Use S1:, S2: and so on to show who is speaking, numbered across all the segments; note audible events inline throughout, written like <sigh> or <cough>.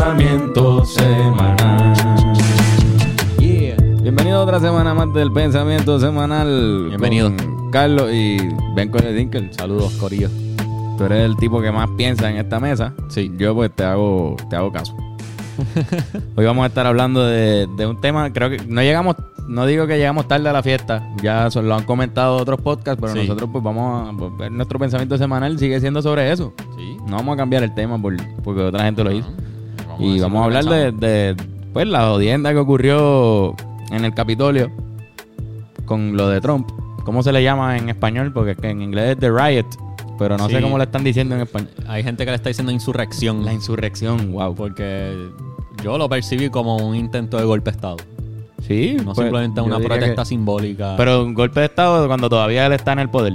S1: pensamiento semanal.
S2: Yeah.
S1: Bienvenido a otra semana más del pensamiento semanal.
S2: Bienvenido.
S1: con Carlos y Ben Dinkel.
S2: Saludos, Corillo.
S1: Tú eres el tipo que más piensa en esta mesa.
S2: Sí.
S1: Yo pues te hago, te hago
S2: <laughs>
S1: caso. Hoy vamos a estar hablando de, de un tema, creo que no llegamos, no digo que llegamos tarde a la fiesta, ya so- lo han comentado otros podcasts, pero
S2: Sí.
S1: nosotros pues vamos a, pues, nuestro pensamiento semanal sigue siendo sobre eso.
S2: Sí.
S1: No vamos a cambiar el tema por- porque otra gente lo hizo.
S2: Ah, Vamos
S1: Y
S2: decir
S1: vamos a
S2: lo que
S1: hablar de, de, pues la jodienda que ocurrió en el Capitolio con lo de Trump. ¿Cómo se le llama en español? Porque es que en inglés es The Riot, pero no sé
S2: Sí.
S1: cómo le están diciendo en español.
S2: pensamos. Hay gente que le está diciendo insurrección.
S1: La insurrección, wow.
S2: Pues, porque yo lo percibí como un intento de golpe de Estado.
S1: Sí,
S2: No
S1: pues,
S2: simplemente
S1: yo
S2: una
S1: diría que-
S2: protesta simbólica.
S1: Pero un golpe de estado cuando todavía él está en el poder.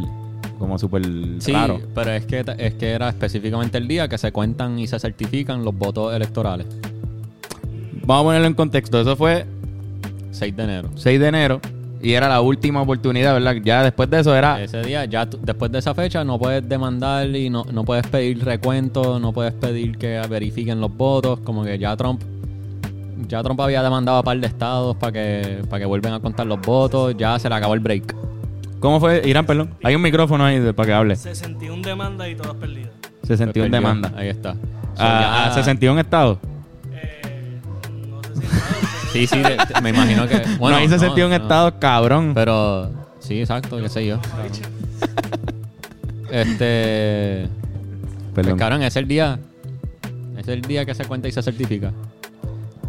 S1: Como súper
S2: sí,
S1: raro.
S2: pero es que, es que era específicamente el día que se cuentan y se certifican los votos electorales.
S1: Vamos a ponerlo en contexto. Eso fue
S2: 6 de enero.
S1: 6 de enero y era la última oportunidad, ¿verdad? Ya después de eso era...
S2: Ese día, ya tú- después de esa fecha, no puedes demandar y no, no puedes pedir recuento, no puedes pedir que verifiquen los votos. Como que ya Trump, ya Trump había demandado a par de estados para que, para que vuelvan a contar los votos. Ya se le acabó el break.
S1: ¿Cómo fue? Irán, perdón. Hay un micrófono ahí de- para que hable.
S3: 61 demandas y todas perdidas.
S1: 61
S2: Perdió.
S1: demandas.
S2: Ahí está. So,
S1: A,
S2: ya-
S1: a 61 estados.
S3: Eh, no sé si estaba,
S2: Sí, sí, de- de- me imagino que.
S1: <laughs> no, hay 61
S2: no, no.
S1: estados, cabrón.
S2: Pero, sí, exacto,
S1: <laughs>
S2: qué sé yo. Este. Pues,
S1: Perdón.
S2: cabrón, es el día. Es el día que se cuenta y se certifica.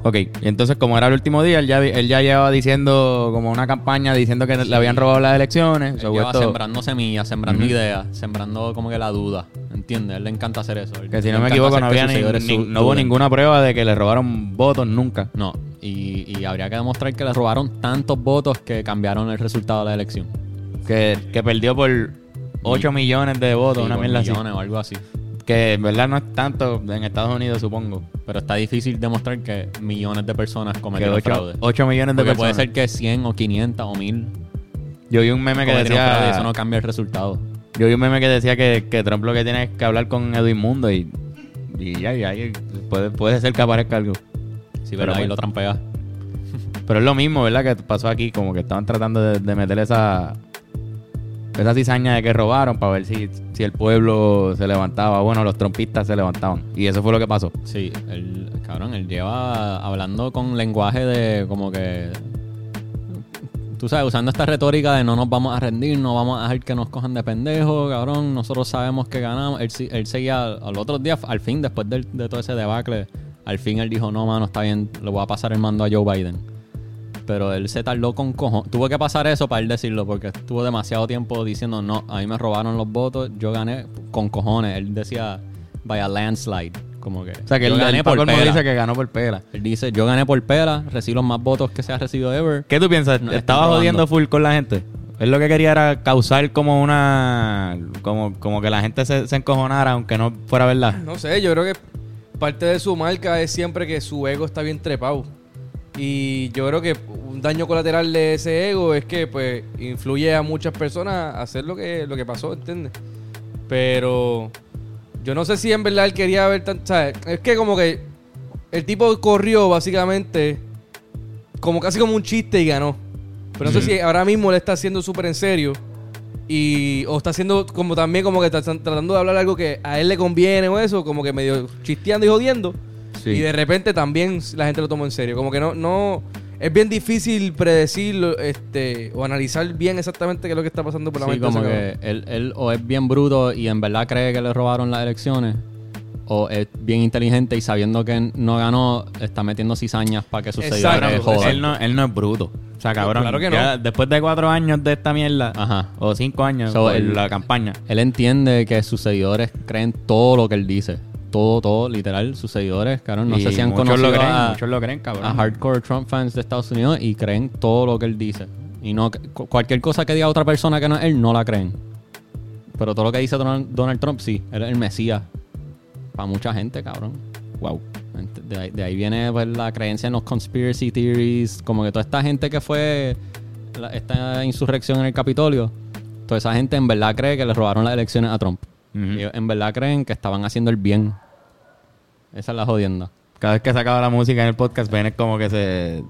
S1: Ok, y entonces como era el último día, él ya, vi- él ya llevaba diciendo como una campaña diciendo que le habían robado las elecciones.
S2: Él
S1: So,
S2: lleva
S1: esto-
S2: sembrando semillas, sembrando
S1: Ujú.
S2: ideas, sembrando como que la duda. ¿Entiendes? A él le encanta hacer eso.
S1: que si no me equivoco no, había ni- ni- no hubo
S2: ninguna
S1: ninguna prueba de que le robaron votos nunca.
S2: No, y, y habría que demostrar que le robaron tantos votos que cambiaron el resultado de la elección.
S1: Que, que perdió por 8 millones de votos,
S2: Sí,
S1: una
S2: por
S1: mierda así.
S2: millones o algo así.
S1: Que en verdad no es tanto en Estados Unidos, supongo.
S2: Pero está difícil demostrar que millones de personas
S1: Que
S2: cometieron
S1: 8,
S2: fraude.
S1: millones de
S2: Porque puede
S1: personas.
S2: ser que 100 o 500 o 1000
S1: Yo vi un meme que
S2: cometieron fraude y
S1: decía...
S2: eso no cambia el resultado.
S1: Yo vi un meme que decía que, que Trump lo que tiene es que hablar con Edwin Mundo y... Y ya, ya, ya, puede, puede ser que aparezca algo.
S2: Sí,
S1: Pero
S2: pero ahí
S1: bueno.
S2: lo trampea.
S1: Pero es lo mismo, ¿verdad? Que pasó aquí, como que estaban tratando de, de meter esa... Esa cizaña de que robaron para ver si, si el pueblo se levantaba. Bueno, los trompistas se levantaban. Y eso fue lo que pasó.
S2: Sí, el cabrón, él lleva hablando con lenguaje de como que. Tú sabes, usando esta retórica de no nos vamos a rendir, no vamos a dejar que nos cojan de pendejo, cabrón, nosotros sabemos que ganamos. Él, sí- él seguía al, al otro día, al fin, después del- de, todo ese debacle, al fin él dijo, no, mano, está bien, le voy a pasar el mando a Joe Biden. Pero él se tardó con cojones. Tuvo que pasar eso para él decirlo, porque estuvo demasiado tiempo diciendo, no, a mí me robaron los votos, yo gané con cojones. Él decía, by a landslide, como que.
S1: O sea, que
S2: yo
S1: él,
S2: gané
S1: él
S2: por
S1: por colmo
S2: pela.
S1: dice que ganó por pela.
S2: Él dice, yo gané por pela, recibo los más votos que se ha recibido ever.
S1: ¿Qué tú piensas?
S2: Nos están
S1: ¿Estaba
S2: robando.
S1: jodiendo full con la gente? Él lo que quería era causar como una... Como, como que la gente se, se encojonara, aunque no fuera verdad.
S4: No sé, yo creo que parte de su marca es siempre que su ego está bien trepado. Y yo creo que un daño colateral de ese ego es que pues influye a muchas personas a hacer lo que, lo que pasó, ¿entiendes? Pero yo no sé si en verdad él quería ver tan... o sea, es que como que el tipo corrió básicamente como casi como un chiste y ganó. Pero no sé si ahora mismo le está haciendo súper en serio. Y o está haciendo como también como que está tra- tratando de hablar algo que a él le conviene o eso, como que medio chisteando y jodiendo.
S1: Sí.
S4: Y de repente también la gente lo tomó en serio. Como que no, no, es bien difícil predecir este, o analizar bien exactamente qué es lo que está pasando por la
S2: Sí,
S4: mente.
S2: como
S4: de ese
S2: que él, él o es bien bruto y en verdad cree que le robaron las elecciones, o es bien inteligente y sabiendo que no ganó, está metiendo cizañas para que suceda.
S4: Exacto,
S2: que joda.
S1: Eh, Él no, él no es bruto. O sea, cabrón.
S4: Claro que no.
S1: ya después de cuatro años de esta mierda,
S2: Ajá.
S1: o cinco años,
S2: So,
S1: por
S2: el-
S1: la campaña.
S2: Él entiende que sus seguidores creen todo lo que él dice. Todo, todo, literal, sus seguidores, cabrón. No
S1: Y
S2: sé si han
S1: muchos
S2: conocido
S1: lo creen,
S2: a,
S1: muchos lo creen, cabrón.
S2: a hardcore Trump fans de Estados Unidos y creen todo lo que él dice. Y no cu- cualquier cosa que diga otra persona que no es él, no la creen. Pero todo lo que dice Donald, Donald Trump, sí, él es el mesías. Para mucha gente, cabrón.
S1: Wow.
S2: Ent- De ahí, de ahí viene pues, la creencia en los conspiracy theories, como que toda esta gente que fue la- esta insurrección en el Capitolio, toda esa gente en verdad cree que le robaron las elecciones a Trump.
S1: Ujú.
S2: Ellos en verdad creen que estaban haciendo el bien. Esa es la jodienda.
S1: Cada vez que se acaba la música en el podcast, ven es como que se.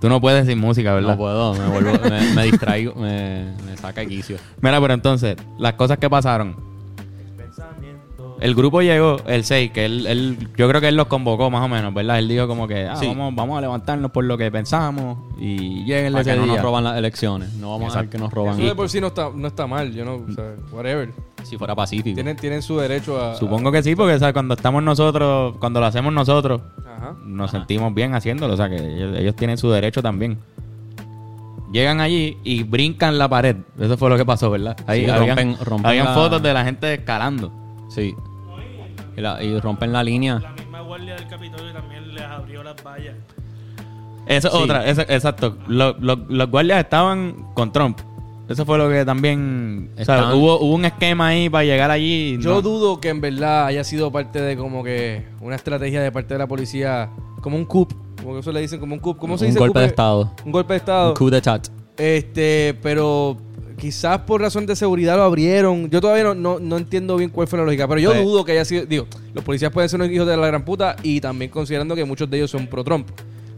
S1: Tú no puedes sin música, ¿verdad?
S2: No puedo, me vuelvo, me, me distraigo, me, me saca de quicio.
S1: Mira, pero entonces, las cosas que pasaron. El grupo llegó, el 6, que él, él- yo creo que él los convocó más o menos, ¿verdad? Él dijo como que, ah,
S2: Sí.
S1: vamos, vamos a levantarnos por lo que pensamos y lleguen
S2: Para
S1: ese
S2: que no
S1: día.
S2: nos roban las elecciones. No vamos a
S1: Exacto.
S2: ver que nos
S4: Eso
S2: roban.
S4: de por sí no está, no está mal, yo no, o sea, whatever.
S2: Si fuera pacífico.
S4: Tienen, tienen su derecho a...
S1: Supongo que sí, porque ¿sabes? cuando estamos nosotros, cuando lo hacemos nosotros,
S4: Ajá.
S1: nos sentimos bien haciéndolo, o sea que ellos, ellos tienen su derecho también. Llegan allí y brincan la pared. Eso fue lo que pasó, ¿verdad? Ahí
S2: Sí,
S1: habían,
S2: rompen- rompen
S1: habían
S2: la-
S1: fotos de la gente escalando.
S2: Sí. Y, la- y rompen la
S3: La
S2: línea.
S3: misma guardia del Capitolio también les abrió las vallas.
S1: Eso es
S2: Sí.
S1: otra, eso- exacto. Lo- lo- los guardias estaban con Trump. Eso fue lo que también. o sea,
S2: Estaban-
S1: hubo, hubo un esquema ahí para llegar allí. y
S4: Yo
S1: no-
S4: dudo que en verdad haya sido parte de como que una estrategia de parte de la policía, como un coup, como que eso le dicen, como un coup. ¿Cómo se
S2: un
S4: dice?
S2: golpe
S4: coup?
S2: de estado.
S4: Un golpe de
S2: Un
S4: Estado.
S2: coup d'etat.
S4: Este, pero quizás por razón de seguridad lo abrieron. Yo todavía no, no, no entiendo bien cuál fue la lógica, pero yo
S2: Pues-
S4: dudo que haya sido. Digo, los policías pueden ser unos hijos de la gran puta y también considerando que muchos de ellos son pro-Trump.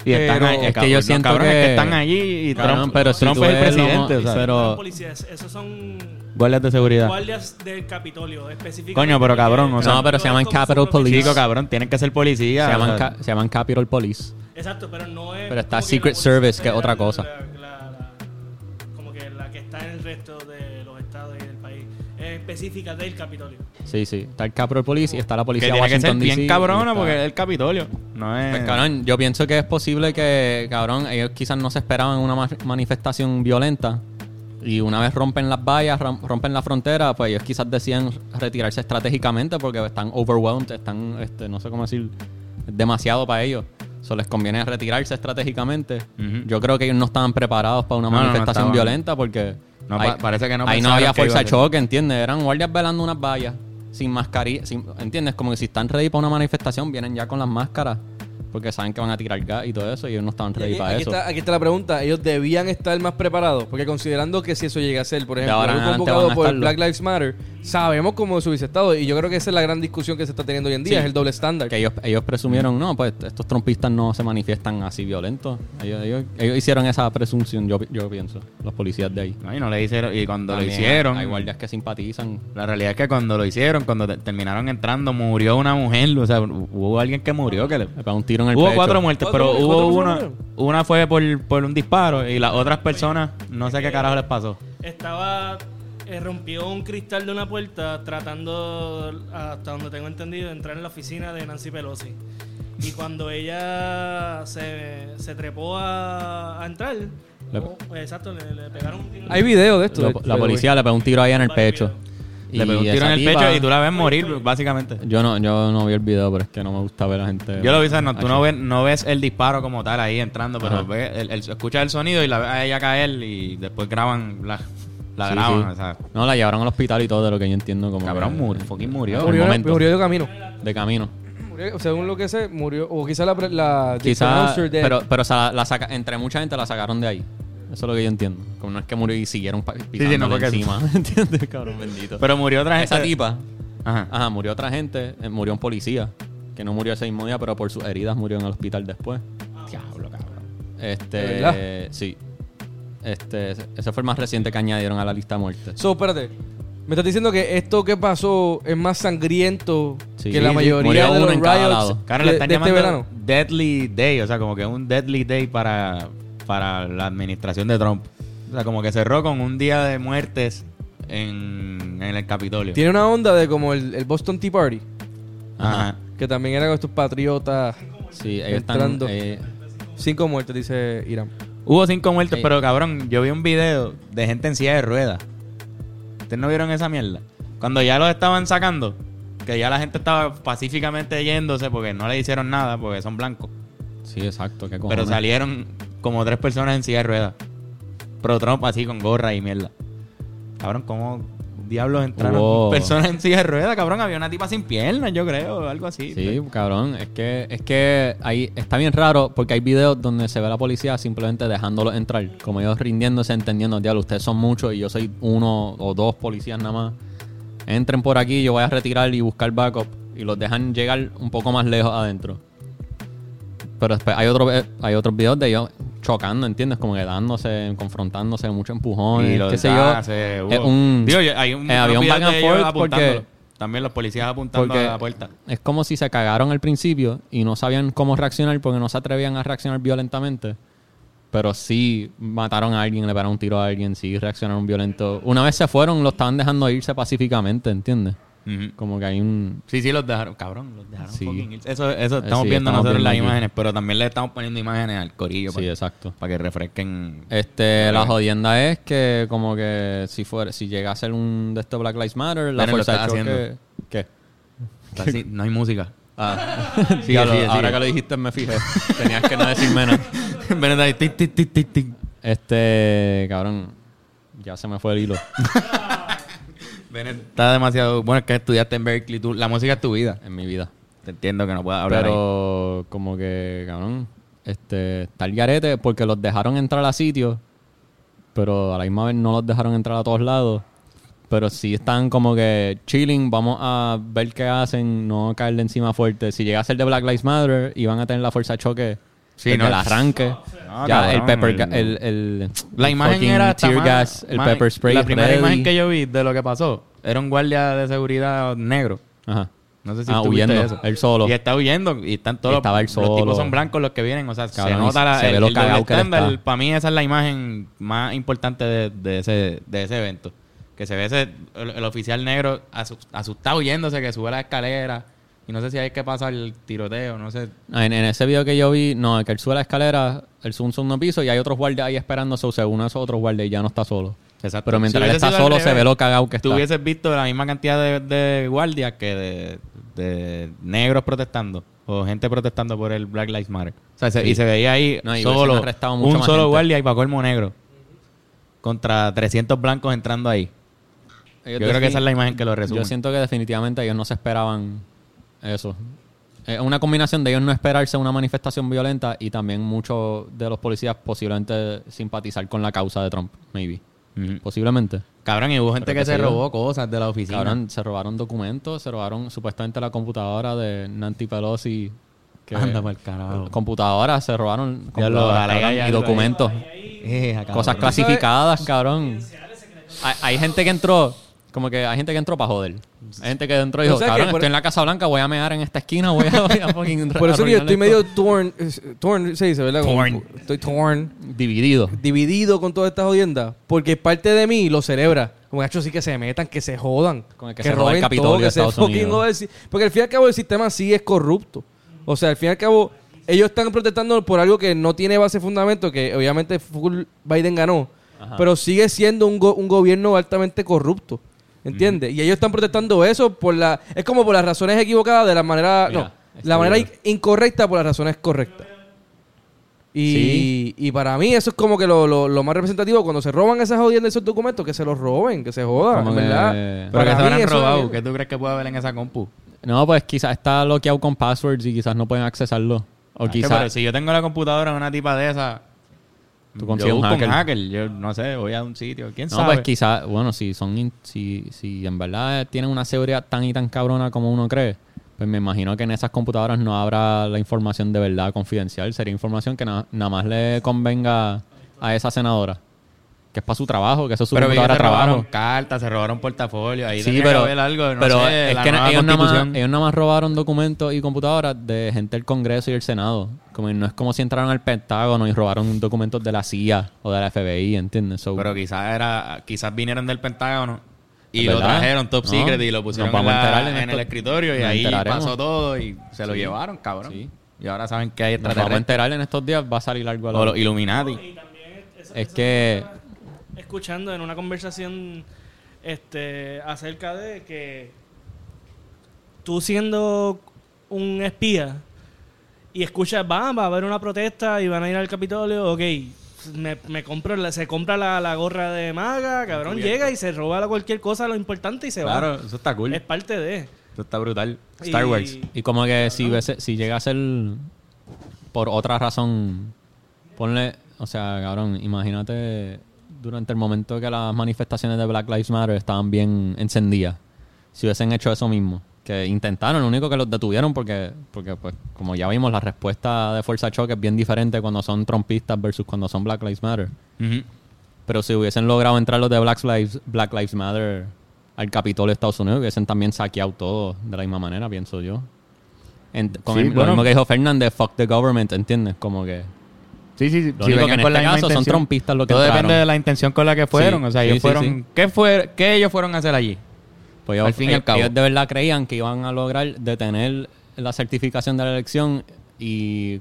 S1: y están
S4: pero-
S1: ahí,
S2: es que
S1: cabrón,
S2: yo
S1: los
S2: siento
S1: cabrones
S2: que-
S1: que están allí y Trump,
S2: Cabrón, pero si
S1: Trump
S2: tú
S1: es el
S2: ves lo-
S1: presidente. o sea,
S2: pero-
S3: Los policías, esos son
S1: guardias de seguridad.
S3: guardias del Capitolio, específicamente.
S1: Coño, pero cabrón, o sea-
S2: No, pero se llaman
S3: es como su
S2: Capitol
S3: propia-
S2: Police.
S1: Chico, cabrón, tienen que ser policías.
S2: se,
S1: o
S2: llaman
S1: sea,
S2: ca- se llaman Capitol Police.
S3: Exacto, pero no es.
S2: Pero está
S3: como que
S2: Secret
S3: la
S2: Service, que es
S3: policía
S2: otra
S3: federal,
S2: cosa.
S3: la- la- la- como que la que está en el resto de los estados y del país. Es específica del Capitolio.
S2: Sí, sí. Está el Capitol Police y está la
S1: que
S2: policía de
S1: tiene que ser
S2: Washington
S1: bien
S2: DC,
S1: cabrona
S2: y está-
S1: porque es el Capitolio. No es.
S2: Pues, cabrón, yo pienso que es posible que, cabrón, ellos quizás no se esperaban una ma- manifestación violenta. Y una vez rompen las vallas, rom- rompen la frontera, pues ellos quizás decían retirarse estratégicamente porque están overwhelmed, están, este, no sé cómo decir, demasiado para ellos. Eso les conviene retirarse estratégicamente.
S1: Ujú.
S2: Yo creo que ellos no estaban preparados para una
S1: No, no, no
S2: manifestación
S1: estaban.
S2: violenta porque
S1: No, pa- parece que no
S2: ahí no
S1: pensaron
S2: había
S1: que iba
S2: fuerza
S1: a
S2: de
S1: ser.
S2: choque, ¿entiendes? Eran guardias velando unas vallas sin mascarilla, sin- ¿entiendes? Como que si están ready para una manifestación, vienen ya con las máscaras porque saben que van a tirar gas y todo eso y ellos no estaban
S4: Y
S2: ready
S4: aquí,
S2: para
S4: aquí
S2: eso.
S4: está, aquí está la pregunta. Ellos debían estar más preparados, porque considerando que si eso llega a ser, por ejemplo,
S2: ahora en
S4: algo
S2: adelante
S4: convocado
S2: van a
S4: por
S2: estarlo.
S4: Black Lives Matter, sabemos cómo se hubiese estado. Y yo creo que esa es la gran discusión que se está teniendo hoy en día,
S2: Sí.
S4: es el doble estándar.
S2: Que ellos, ellos presumieron, no, pues estos trompistas no se manifiestan así violentos. Ellos, ellos- ellos hicieron esa presunción, yo, yo pienso, los policías de ahí.
S1: No, y no le hicieron. Y cuando
S2: También
S1: lo hicieron.
S2: Hay guardias que simpatizan.
S1: La realidad es que cuando lo hicieron, cuando te- terminaron entrando, murió una mujer. O sea, hu- hubo alguien que murió. que le-
S2: Le pegan un tiro en el
S1: Hubo
S2: pecho.
S1: cuatro muertes,
S4: ¿Cuatro
S1: pero
S4: muertes?
S1: hubo
S4: ¿Cuatro personas
S1: una. Una fue por, por un disparo y las otras personas, no sé qué carajo les pasó.
S3: Estaba. eh, rompió un cristal de una puerta tratando, hasta donde tengo entendido, de entrar en la oficina de Nancy Pelosi. Y cuando ella se, se trepó a, a entrar, oh,
S2: Le-
S3: exacto, le, le pegaron un tiro.
S4: Hay video de esto.
S2: Lo-
S4: de-
S2: la
S4: de-
S2: policía le pegó un tiro ahí en el
S3: Vale,
S2: pecho.
S1: Le pegó un
S2: Y
S1: tiro en
S2: esa
S1: el
S2: tipa-
S1: pecho y tú la ves morir, básicamente.
S2: Yo no, yo no vi el video, pero es que no me gusta ver a la gente.
S1: Yo lo vi, o sea, no, tú
S2: Así.
S1: no ves, no ves el disparo como tal ahí entrando,
S2: Ajá.
S1: pero ves el- el- escuchas el sonido y la ves a ella caer y después graban la, la
S2: Sí,
S1: graban.
S2: sí.
S1: O sea,
S2: No, la llevaron al hospital y todo, de lo que yo entiendo. Como
S1: cabrón,
S2: que-
S1: murió, fucking murió.
S2: en el
S4: Murió,
S2: momento.
S4: murió de camino.
S2: De camino.
S4: Murió- según lo que sé, murió. O quizá la. pre- la
S2: Quizás.
S4: the pronouncer de-
S2: Pero, pero sa- la saca- entre mucha gente la sacaron de ahí. Eso es lo que yo entiendo. Como no es que murió y siguieron pa- pisándole
S1: no fue que- <laughs>
S2: encima. ¿Entiendes, cabrón? Bendito.
S1: Pero este- murió otra
S2: esa
S1: gente.
S2: tipa.
S1: Ajá.
S2: Ajá, murió otra gente. eh, Murió un policía. Que no murió ese mismo día, pero por sus heridas murió en el hospital después.
S1: Diablo, cabrón.
S2: Este.
S4: ¿De verdad?
S2: Sí. Este, ese ese fue el más reciente que añadieron a la lista de muertes.
S4: So, espérate. Me estás diciendo que esto que pasó es más sangriento
S2: Sí,
S4: que la
S2: sí,
S4: mayoría
S2: murió
S4: de
S2: uno
S4: los
S2: en cada
S4: riots
S2: lado.
S1: Cara,
S4: de,
S1: le están
S4: de este
S1: llamando
S4: verano.
S1: Deadly Day, o sea, como que un Deadly Day para, para la administración de Trump. O sea, como que cerró con un día de muertes en, en el Capitolio.
S4: Tiene una onda de como el, el Boston Tea Party,
S1: Ajá.
S4: que también era con estos patriotas.
S2: Sí, ellos están.
S4: Entrando.
S2: eh,
S4: Cinco muertes, dice Irán.
S1: Hubo cinco muertos,
S2: Sí.
S1: pero cabrón, yo vi un video de gente en silla de ruedas. ¿Ustedes no vieron esa mierda? Cuando ya los estaban sacando, que ya la gente estaba pacíficamente yéndose porque no le hicieron nada, porque son blancos.
S2: sí, exacto. qué
S1: Pero
S2: cojones.
S1: salieron como tres personas en silla de ruedas. Pro Trump así con gorra y mierda. Cabrón, ¿cómo diablos entraron
S2: Hubo-
S1: personas en silla de ruedas? Cabrón, había una tipa sin piernas, yo creo, o algo así. Eh,
S2: Sí, cabrón, es que es que ahí está bien raro porque hay videos donde se ve a la policía simplemente dejándolos entrar, como ellos rindiéndose, entendiendo, diablo, ustedes son muchos y yo soy uno o dos policías nada más. Entren por aquí, yo voy a retirar y buscar backup y los dejan llegar un poco más lejos adentro. Pero después hay, otro, hay otros videos de ellos chocando, ¿entiendes? Como que dándose, confrontándose, mucho empujón.
S1: Y los
S2: qué sé yo.
S1: dan, se-
S2: Es
S1: eh, hubo-
S2: un-
S1: Digo, yo- hay un,
S2: eh, había un
S1: videos
S2: back and
S1: de ellos
S2: forth
S1: apuntándolo.
S2: porque-
S1: También los policías apuntando
S2: porque-
S1: a la puerta.
S2: Es como si se cagaron al principio y no sabían cómo reaccionar porque no se atrevían a reaccionar violentamente. Pero sí mataron a alguien, le pararon un tiro a alguien, sí reaccionaron violento. Una vez se fueron, lo estaban dejando irse pacíficamente, ¿entiendes?
S1: Ujú.
S2: Como que hay un...
S1: Sí, sí, los dejaron. Cabrón, los dejaron
S2: Sí. Eh,
S1: fucking irse. Eso, eso estamos
S2: sí,
S1: viendo
S2: estamos
S1: nosotros
S2: viendo
S1: las
S2: aquí.
S1: imágenes, pero también le estamos poniendo imágenes al corillo
S2: Sí,
S1: para,
S2: exacto.
S1: para que
S2: <laughs>
S1: refresquen.
S2: Este, la jodienda es que como que si fuera, si llega a ser un de estos Black Lives Matter, la
S1: Esperen, lo
S2: fuerza de
S1: estás
S2: choque-
S1: haciendo.
S2: ¿Qué?
S1: Está así, no hay música.
S2: Ah,
S1: Sigue,
S2: diablo,
S1: sigue,
S2: ahora
S1: sigue.
S2: que lo dijiste me
S1: <laughs>
S2: fijé. Tenías que no decirme nada.
S1: Ven ahí, tic, tic, tic, tic,
S2: <laughs>
S1: tic.
S2: Este, cabrón, ya se me fue el hilo.
S1: Ven, está demasiado. Bueno, es que estudiaste en Berkeley. tú- la música es tu vida.
S2: en mi vida.
S1: Te entiendo que no puedas hablar. ahí.
S2: Pero como que, cabrón, este, está el garete porque los dejaron entrar a sitios, pero a la misma vez no los dejaron entrar a todos lados. Pero sí están como que chilling, vamos a ver qué hacen, no caerle encima fuerte. Si llega a ser de Black Lives Matter y van a tener la fuerza de choque
S1: Sí,
S2: desde
S1: no.
S2: el arranque.
S1: No,
S2: ya,
S1: cabrón,
S2: el pepper, ga-
S1: el-
S2: el, el-
S1: La imagen
S2: fucking
S1: era hasta
S2: tear
S1: más-
S2: gas, el
S1: más-
S2: pepper spray.
S1: La primera
S2: ready.
S1: imagen que yo vi de lo que pasó era un guardia de seguridad negro.
S2: Ajá.
S1: No sé si
S2: Ah,
S1: tú viste
S2: huyendo,
S1: eso.
S2: él solo.
S1: Y está huyendo y están todos
S2: Y estaba él
S1: los- los tipos
S2: solo.
S1: son blancos los que vienen, o sea,
S2: Cabrón,
S1: se
S2: y
S1: nota la,
S2: se ve
S1: el,
S2: lo
S1: el doble
S2: cagao que él
S1: estándar.
S2: está.
S1: Para mí esa es la imagen más importante de, de ese de ese evento, que se ve ese el, el oficial negro asu- asustado huyéndose que sube la escalera y no sé si hay que pasar el tiroteo, no sé.
S2: En, en ese video que yo vi, no, el que él sube la escalera, él sube un segundo piso y hay otros guardias ahí esperando, o sea, uno de esos otros guardias y ya no está solo.
S1: Exacto.
S2: Pero mientras
S1: Si
S2: él
S1: hubiese
S2: está
S1: sido al
S2: solo, se
S1: revés,
S2: ve lo cagado que
S1: Tú
S2: está.
S1: hubieses visto la misma cantidad de, de guardias que de, de negros protestando o gente protestando por el Black Lives Matter. O sea, se-
S2: Sí.
S1: y se veía ahí
S2: No, y
S1: solo
S2: hubiesen arrestado mucha
S1: un
S2: más
S1: solo
S2: gente.
S1: guardia y para colmo negro contra 300 blancos entrando ahí. Yo creo
S2: Ellos
S1: que
S2: defini-
S1: esa es la imagen que lo resume.
S2: Yo siento que definitivamente ellos no se esperaban eso. Es una combinación de ellos no esperarse una manifestación violenta y también muchos de los policías posiblemente simpatizar con la causa de Trump, maybe.
S1: Ujú.
S2: Posiblemente.
S1: Cabrón, y hubo gente
S2: Pero
S1: que
S2: qué
S1: se
S2: sé yo.
S1: robó cosas de la oficina.
S2: Cabrón, se robaron documentos, se robaron supuestamente la computadora de Nancy Pelosi.
S1: <laughs>
S2: que-
S1: Anda pa'l carajo.
S2: Computadoras, se robaron computadoras,
S1: ojalá
S2: cabrón,
S1: haya
S2: y
S1: algo ahí.
S2: documentos.
S1: Eh, cabrón.
S2: Cosas clasificadas, cabrón. Hay, hay gente que entró, como que hay gente que entró para joder. Hay gente que entró y
S4: O
S2: dijo,
S4: sea que
S2: cabrón,
S4: por-
S2: estoy en la Casa Blanca, voy a mear en esta esquina, voy a, voy a fucking
S4: <laughs> Por eso que
S2: arruinarle
S4: yo estoy
S2: esto".
S4: medio torn, eh, torn se dice, ¿verdad? Como-
S1: Torn.
S4: estoy torn,
S2: dividido.
S4: dividido con todas estas jodiendas, porque parte de mí lo celebra. Como hecho sí que se metan, que se jodan,
S2: Con el que se roba el
S4: roben
S2: Capitolio
S4: todo,
S2: de
S4: que se
S2: Estados
S4: fucking
S2: Unidos.
S4: jodan. Sí, Porque al fin y al cabo el sistema sí es corrupto. O sea, al fin y al cabo ellos están protestando por algo que no tiene base fundamento, que obviamente full Biden ganó, pero sigue siendo un, go- un gobierno altamente corrupto. ¿Entiendes? Y ellos están protestando eso por la... Es como por las razones equivocadas de la manera...
S2: Mira,
S4: no,
S2: este
S4: la manera
S2: libro.
S4: incorrecta por las razones correctas. Y, y para mí eso es como que lo, lo- lo más representativo. Cuando se roban esas jodidas de esos documentos, que se los roben, que se jodan,
S2: Como
S4: en
S2: que-
S4: ¿verdad?
S1: Pero que
S4: Para
S1: se
S4: mí
S1: habrán
S4: eso es-
S1: robado. ¿Qué tú crees que puede haber en esa compu?
S2: No, pues quizás está bloqueado con passwords y quizás no pueden accesarlo. O
S4: Ah,
S1: Es que, Ah, Pero
S2: quizás
S1: si yo tengo la computadora de una tipa de esa,
S2: Tú consigues
S1: yo
S2: un
S1: busco
S2: hacker.
S1: Yo no sé, voy a un sitio. ¿Quién
S2: No,
S1: sabe?
S2: pues quizás, bueno, si son in- si, si en verdad tienen una seguridad tan y tan cabrona como uno cree, pues me imagino que en esas computadoras no habrá la información de verdad confidencial, sería información que na- nada más le convenga a esa senadora, que es para su trabajo, que eso es su
S1: pero ellos
S2: computadora
S1: se
S2: de trabajo.
S1: robaron cartas, se robaron portafolios. Ahí
S2: Sí,
S1: tenía
S2: pero,
S1: que haber algo, no
S2: pero
S1: sé,
S2: es
S1: la
S2: que
S1: nueva
S2: ellos nada, más, eh,
S1: constitución.
S2: ellos nada más robaron documentos y computadoras de gente del Congreso y el Senado. Como no es como si entraron al Pentágono y robaron documentos de la CIA o de la FBI, ¿entiendes? So-
S1: Pero quizás era, quizás vinieron del Pentágono y
S2: Es
S1: lo
S2: verdad.
S1: trajeron top
S2: No,
S1: secret y lo
S2: nos
S1: pusieron
S2: vamos
S1: en,
S2: a
S1: la-
S2: enterar en
S1: en el
S2: esto.
S1: escritorio y
S2: Nos
S1: ahí
S2: enteraremos.
S1: pasó todo y se lo
S2: Sí.
S1: llevaron, cabrón.
S2: Sí.
S1: Y ahora saben que hay
S2: Nos vamos a
S1: extraterrestres
S2: enterar en estos días, va a salir algo a la
S1: o los Illuminati.
S3: Y también eso-
S2: Es
S3: eso
S2: que-
S3: estaba escuchando en una conversación este acerca de que tú siendo un espía y escuchas, va, va a haber una protesta y van a ir al Capitolio, ok. Me, me compro la- se compra la, la gorra de maga, cabrón, llega y se roba la- cualquier cosa, lo importante, y se
S1: Claro, eso está
S3: va.
S1: cool.
S3: Es parte de.
S1: Eso está brutal. Star
S3: Eh. Y-
S1: Wars.
S2: Y como que si, hubiese- si llega a ser por otra razón, ponle, o sea, cabrón, imagínate durante el momento que las manifestaciones de Black Lives Matter estaban bien encendidas, si hubiesen hecho eso mismo, que intentaron, lo único que los detuvieron porque, porque pues, como ya vimos, la respuesta de Fuerza Choque es bien diferente cuando son trompistas versus cuando son Black Lives Matter.
S1: Ujú.
S2: Pero si hubiesen logrado entrar los de Black Lives, Black Lives Matter al Capitolio de Estados Unidos, hubiesen también saqueado todo de la misma manera, pienso yo. Ent- con
S1: Sí,
S2: el-
S1: bueno.
S2: Lo mismo que dijo Fernández, fuck the government, ¿entiendes? Como que...
S1: Sí, sí, sí.
S2: Lo
S1: sí,
S2: único que
S1: venían
S2: en
S1: con la
S2: este
S1: misma
S2: caso son
S1: intención.
S2: trompistas los que
S1: Todo depende
S2: entraron.
S1: de la intención con la que fueron.
S2: Sí,
S1: O sea,
S2: sí,
S1: ellos
S2: sí,
S1: fueron...
S2: sí.
S1: ¿qué, fue, ¿Qué ellos fueron a hacer allí?
S2: Pues ellos,
S1: Al fin y
S2: ellos-
S1: al cabo.
S2: ellos de verdad creían que iban a lograr detener la certificación de la elección y,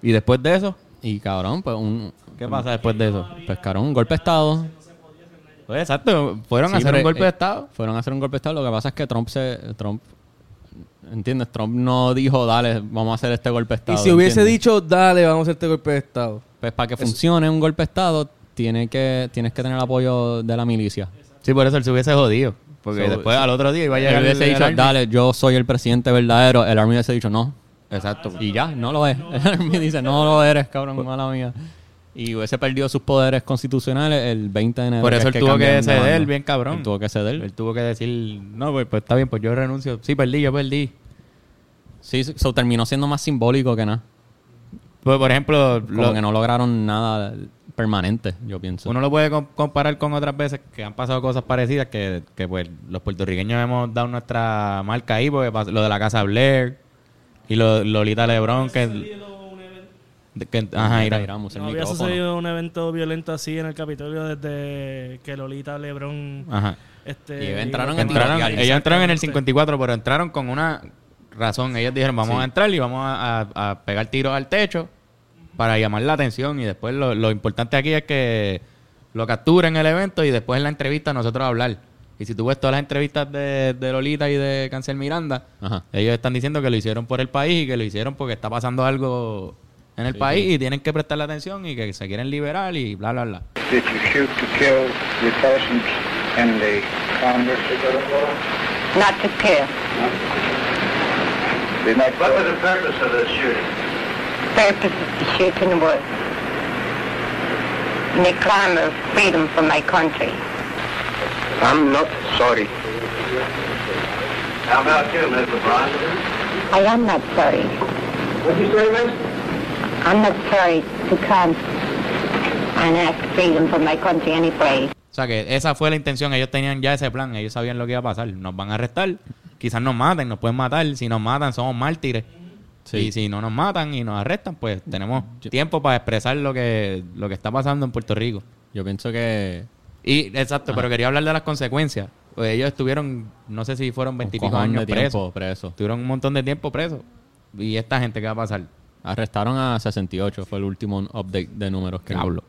S1: Y después de eso,
S2: y cabrón, pues un...
S1: ¿qué pasa después de eso?
S2: Pues cabrón, un golpe de Estado.
S1: Pues, exacto, fueron
S2: Sí,
S1: a hacer
S2: pero,
S1: un golpe
S2: eh,
S1: de Estado.
S2: Fueron a hacer un golpe de Estado. Lo que pasa es que Trump se... Trump, ¿Entiendes? Trump no dijo, dale, vamos a hacer este golpe de
S4: Y
S2: Estado.
S4: si hubiese
S2: ¿entiendes?
S4: dicho, dale, vamos a hacer este golpe de Estado.
S2: Pues para que funcione un golpe de Estado, tiene que, tienes que tener el apoyo de la milicia.
S1: Sí, por eso él se hubiese jodido. Porque
S2: So,
S1: después al otro día iba a
S2: Él
S1: llegar
S2: hubiese
S1: el
S2: dicho,
S1: Army.
S2: dale, yo soy el presidente verdadero. El Army hubiese dicho, no.
S1: Exacto.
S2: Y ya, no lo es. El Army dice, no lo eres,
S1: Pues
S2: cabrón, mala mía. Y hubiese perdido sus poderes constitucionales el 20 de enero.
S1: Por
S2: que
S1: eso
S2: es
S1: él tuvo
S2: cambian
S1: que
S2: de
S1: ceder,
S2: mando.
S1: bien cabrón.
S2: Él tuvo que
S1: Él
S2: ceder.
S1: tuvo que decir, no, pues, pues, está bien, pues yo renuncio. Sí, perdí, yo perdí.
S2: Sí, so, terminó siendo más simbólico que nada.
S1: Pues, por ejemplo,
S2: Como
S1: lo-
S2: que no lograron nada permanente, yo pienso.
S1: uno lo puede com- comparar con otras veces que han pasado cosas parecidas que, que, pues los puertorriqueños hemos dado nuestra marca ahí, porque pas- lo de la Casa Blair y lo, Lolita Lebron, que... que- ajá, Irán.
S2: Irán, usa el
S3: No había
S2: micrófono.
S3: sucedido un evento violento así en el Capitolio desde que Lolita Lebrón.
S1: Ajá.
S3: Este,
S2: Ah. Y entraron
S1: Que
S3: iba a
S1: entraron-
S2: tirotear.
S1: Eh, ellos entraron en el 54, pero entraron con una razón. Ellos dijeron, vamos a entrar y vamos a, a- a pegar tiros al techo para llamar la atención. Y después lo, lo importante aquí es que lo capturen el evento y después en la entrevista nosotros hablar. Y si tú ves todas las entrevistas de, de Lolita y de Cancel Miranda,
S2: Ajá.
S1: ellos están diciendo que lo hicieron por el país y que lo hicieron porque está pasando algo en el país y tienen que prestarle atención y que se quieren liberar y bla, bla, bla.
S5: If you shoot to kill your persons in the Congress,
S6: Not to kill.
S5: they might
S7: What was the purpose of this shooting?
S6: Purpose is to shoot in the woods. In the climb of freedom for my country.
S5: I'm not sorry.
S7: How about you, Ms. LeBron?
S6: I am not sorry.
S7: What'd you say, Miss?
S6: I'm not sorry to come and ask freedom for my country any place.
S1: O sea que esa fue la intención, ellos tenían ya ese plan, ellos sabían lo que iba a pasar, nos van a arrestar, quizás nos maten, nos pueden matar, si nos matan somos mártires.
S2: Sí.
S1: Y si no nos matan y nos arrestan, pues tenemos tiempo para expresar lo que, lo que está pasando en Puerto Rico.
S2: Yo pienso que...
S1: Y exacto, pero quería hablar de las consecuencias. Pues ellos estuvieron, no sé si fueron
S2: un
S1: 25
S2: cojón
S1: años
S2: de tiempo
S1: presos.
S2: preso.
S1: Estuvieron un montón de tiempo presos. ¿Y esta gente qué va a pasar?
S2: Arrestaron a 68, fue el último update de números que
S1: Diablo.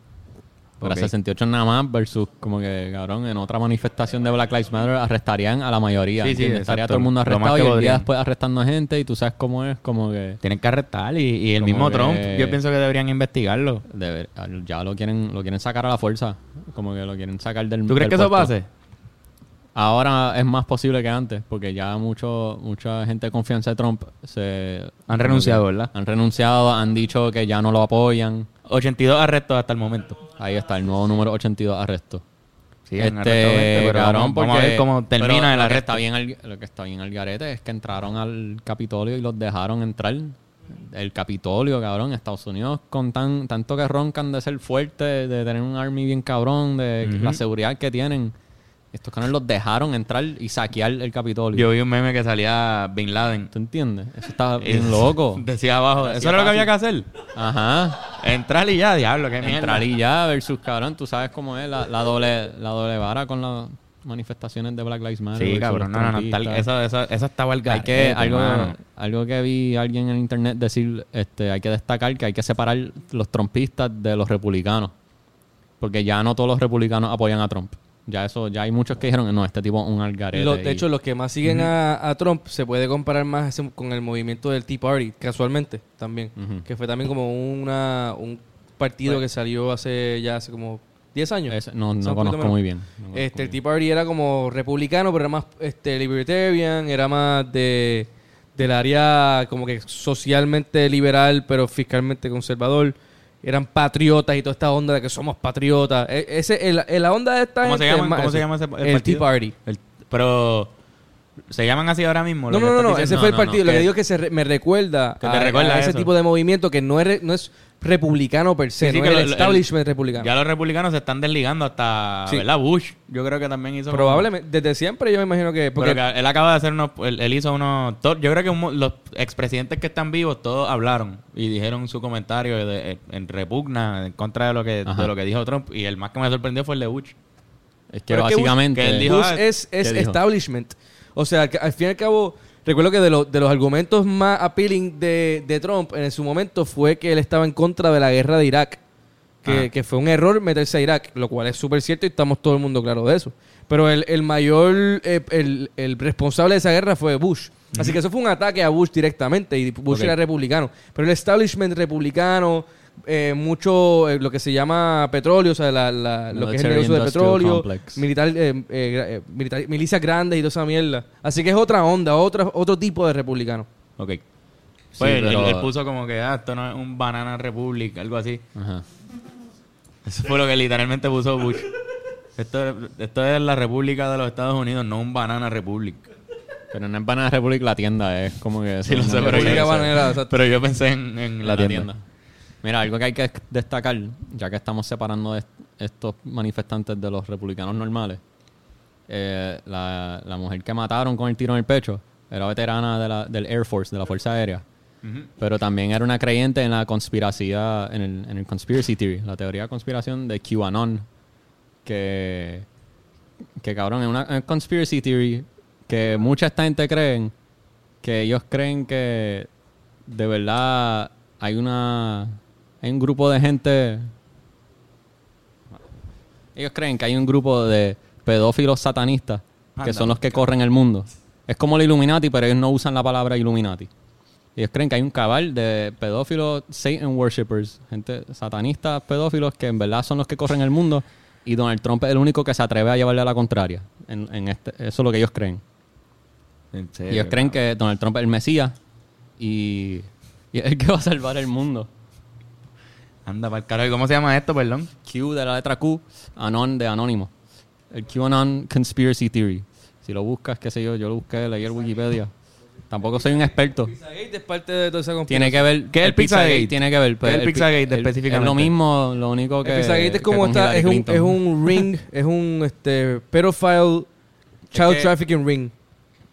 S2: Para
S1: Ok.
S2: 68 nada más versus como que, cabrón, en otra manifestación de Black Lives Matter arrestarían a la mayoría.
S1: Sí, sí,
S2: ¿entiendes? Estaría
S1: exacto.
S2: todo el mundo
S1: Lo más
S2: arrestado
S1: que
S2: y el día
S1: podrían.
S2: después arrestando a gente y tú sabes cómo es, como que...
S1: Tienen que arrestar y, y el
S2: Como
S1: mismo
S2: que-
S1: Trump, yo pienso que deberían investigarlo.
S2: de- ya lo quieren lo quieren sacar a la fuerza. Como que lo quieren sacar del
S1: ¿Tú crees
S2: del
S1: que eso
S2: puesto.
S1: pase?
S2: Ahora es más posible que antes, porque ya mucho, mucha gente de confianza de Trump se...
S1: Han renunciado, ¿verdad?
S2: Han renunciado, han dicho que ya no lo apoyan.
S1: 82 arrestos hasta el momento.
S2: Ahí está, el nuevo número 82 arresto.
S1: Sí,
S2: este,
S1: en arresto 20, pero
S2: cabrón,
S1: vamos, vamos
S2: porque-
S1: a ver cómo
S2: pero
S1: termina el
S2: lo que
S1: arresto.
S2: está bien al- lo que está bien al garete es que entraron al Capitolio y los dejaron entrar. El Capitolio, cabrón, Estados Unidos, con tan, tanto que roncan de ser fuertes, de tener un army bien cabrón, de la seguridad que tienen. Estos canales los dejaron entrar y saquear el Capitolio.
S1: Yo vi un meme que salía Bin Laden.
S2: ¿Tú entiendes? Eso está
S1: Es-
S2: bien loco.
S1: <laughs> Decía abajo.
S2: Decía
S1: Eso era lo que
S2: fácil.
S1: había que hacer.
S2: Ajá.
S1: Entrar y ya, diablo, qué mierda.
S2: Entrar y ya versus cabrón, tú sabes cómo es la, la doble la doble vara con las manifestaciones de Black Lives Matter.
S1: Sí,
S2: versus
S1: cabrón,
S2: los
S1: no, no, no. tal-
S2: trumpistas.
S1: eso, eso, eso estaba el
S2: Hay
S1: garete,
S2: que, algo,
S1: mano.
S2: algo que vi alguien en internet decir, este, hay que destacar que hay que separar los trompistas de los republicanos. Porque ya no todos los republicanos apoyan a Trump. Ya eso, ya hay muchos que dijeron, no, este tipo es un algarete.
S4: Lo- de
S2: y-
S4: hecho, los que más siguen a, a Trump se puede comparar más ese- con el movimiento del Tea Party, casualmente, también. Que fue también como una, un partido que salió hace ya hace como 10 años.
S2: Ese- no- no
S4: O sea, un poquito
S2: conozco
S4: menos.
S2: muy bien, no conozco
S4: este, el Tea Party era como republicano, pero era más este, libertarian, era más de del área como que socialmente liberal, pero fiscalmente conservador. Eran patriotas y toda esta onda de que somos patriotas. E- Ese, el- el- la onda de esta
S1: ¿Cómo se
S4: gente es
S1: llama,
S4: más
S1: ¿cómo se
S4: eso.
S1: llama ese
S4: El
S1: partido?
S4: Tea Party.
S1: El- pero ¿Se llaman así ahora mismo?
S4: No,
S1: lo que
S4: no, no,
S1: estás
S4: no, ese
S1: diciendo?
S4: fue el partido. lo que
S1: que-
S4: digo es que se re- me recuerda
S1: Que te recuerda
S4: ese
S1: eso.
S4: tipo de movimiento que no es, re- no es republicano per se,
S1: Sí, sí,
S4: no
S1: que
S4: es
S1: lo-
S4: el
S1: lo-
S4: establishment republicano.
S1: Ya los republicanos se están desligando hasta,
S4: Sí.
S1: ¿verdad? Bush, yo creo que también hizo...
S4: Probablemente, desde siempre yo me imagino que...
S1: Porque
S4: Porque
S1: él acaba de hacer unos... Él, él hizo unos... to- yo creo que un mo- los expresidentes que están vivos todos hablaron y dijeron su comentario de- de- eh, en repugna en contra de lo, que,
S2: Ajá.
S1: de lo que dijo Trump. Y el más que me sorprendió fue el de Bush.
S2: Es que
S4: Pero es que Bush-
S2: básicamente.
S1: que él dijo,
S4: Bush
S1: ah,
S4: es, es
S2: ¿qué dijo?
S4: establishment. O sea, que al fin y al cabo, recuerdo que de, lo- de los argumentos más appealing de, de Trump en su momento fue que él estaba en contra de la guerra de Irak. Que,
S1: Ah.
S4: que fue un error meterse a Irak, lo cual es súper cierto y estamos todo el mundo claro de eso. Pero el, el mayor, eh, el, el responsable de esa guerra fue Bush. Así que eso fue un ataque a Bush directamente y Bush
S1: Ok.
S4: era republicano. Pero el establishment republicano, eh, mucho eh, lo que se llama petróleo, o sea, la- la- lo que es el
S2: Military
S4: negocio de
S2: Industrial
S4: petróleo,
S2: Complex.
S4: militar, eh, eh, gra- eh, militar- milicias grandes y toda esa mierda. Así que es otra onda, otra, otro tipo de republicano.
S1: Ok.
S2: Sí,
S1: Pues él-
S2: pero-
S1: él, puso como que, ah, esto no es un banana republic, algo así.
S2: Ajá.
S1: Eso fue lo que literalmente puso Bush. Esto, esto es la república de los Estados Unidos, no un banana republic.
S2: Pero no es Banana Republic la tienda, es como que.
S1: Sí, lo sé,
S2: Banana
S1: pero
S2: Republic.
S4: República
S1: yo,
S4: Bananera, exacto.
S1: pero yo pensé en, en la, tienda.
S2: Mira, algo que hay que destacar, ya que estamos separando de estos manifestantes de los republicanos normales. eh, la, la mujer que mataron con el tiro en el pecho era veterana de la- del Air Force, de la Fuerza Aérea. Pero también era una creyente en la conspiración, en el, en el conspiracy theory, la teoría de conspiración de QAnon. Que, que cabrón, es una, una conspiracy theory que mucha esta gente creen que ellos creen que de verdad hay una hay un grupo de gente ellos creen que hay un grupo de pedófilos satanistas que
S1: Anda,
S2: son los que corren el mundo. Es como la Illuminati, pero ellos no usan la palabra Illuminati. Ellos creen que hay un cabal de pedófilos Satan worshippers, gente satanistas, pedófilos que en verdad son los que corren el mundo y Donald Trump es el único que se atreve a llevarle a la contraria. En- en este, eso es lo que ellos creen.
S1: En serio,
S2: Ellos creen que Donald Trump es el Mesías y, y es el que va a salvar el mundo.
S1: Anda, para carajo. ¿Y cómo se llama esto, perdón?
S2: Q de la letra Q, Anon de Anónimo. El QAnon Conspiracy Theory. Si lo buscas, qué sé yo, yo lo busqué, leí el Wikipedia. Tampoco soy un experto.
S4: Pizzagate es parte de toda esa
S2: Tiene que ver.
S1: ¿Qué es el Pizzagate?
S2: Tiene que ver.
S1: ¿Qué es el
S2: pi-
S1: Pizzagate
S2: el-
S1: específicamente?
S2: Es lo mismo, lo único que.
S4: El Pizzagate es
S2: que
S4: como
S2: con Hillary
S4: está, es un,
S2: Clinton.
S4: es
S2: <laughs>
S4: un ring, es un este, pedophile child
S1: que-
S4: trafficking ring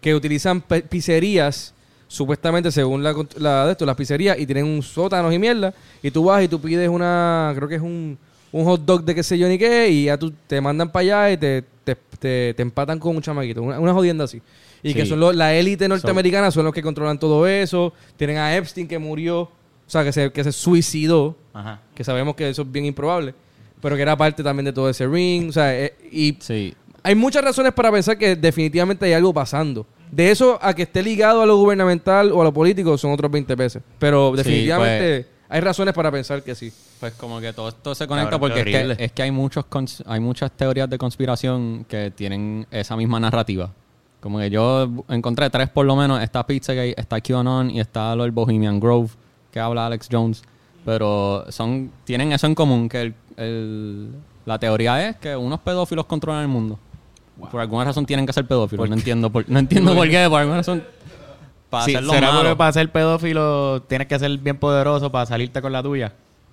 S4: que utilizan pe- pizzerías supuestamente según la, cont- la de esto las pizzerías y tienen un sótano y mierda y tú vas y tú pides una creo que es un, un hot dog de qué sé yo ni qué y ya tú te mandan para allá y te, te, te- te empatan con un chamaquito una, una jodienda así y que
S2: Sí.
S4: son los- la élite norteamericana son los que controlan todo eso tienen a Epstein que murió o sea que se, que se suicidó
S1: Ajá.
S4: que sabemos que eso es bien improbable, pero que era parte también de todo ese ring. O sea, eh, y
S2: Sí.
S4: hay muchas razones para pensar que definitivamente hay algo pasando. De eso a que esté ligado a lo gubernamental o a lo político son otros 20 pesos. Pero
S2: Sí,
S4: definitivamente hay razones para pensar que sí.
S2: Pues como que todo esto se conecta
S1: Cabrón,
S2: porque
S1: qué
S2: es que,
S1: horrible.
S2: es que hay muchos cons- hay muchas teorías de conspiración que tienen esa misma narrativa. Como que yo bu- encontré tres por lo menos, está Pizzagate, está QAnon y está lo del Bohemian Grove que habla Alex Jones, pero son tienen eso en común que el- el- la teoría es que unos pedófilos controlan el mundo. Por alguna razón tienen que ser pedófilos, no entiendo por,
S1: <laughs>
S2: no entiendo por qué, por alguna razón para
S1: Sí,
S2: hacerlo
S1: ¿Será
S2: malo.
S1: porque para ser pedófilo tienes que ser bien poderoso para salirte con la tuya?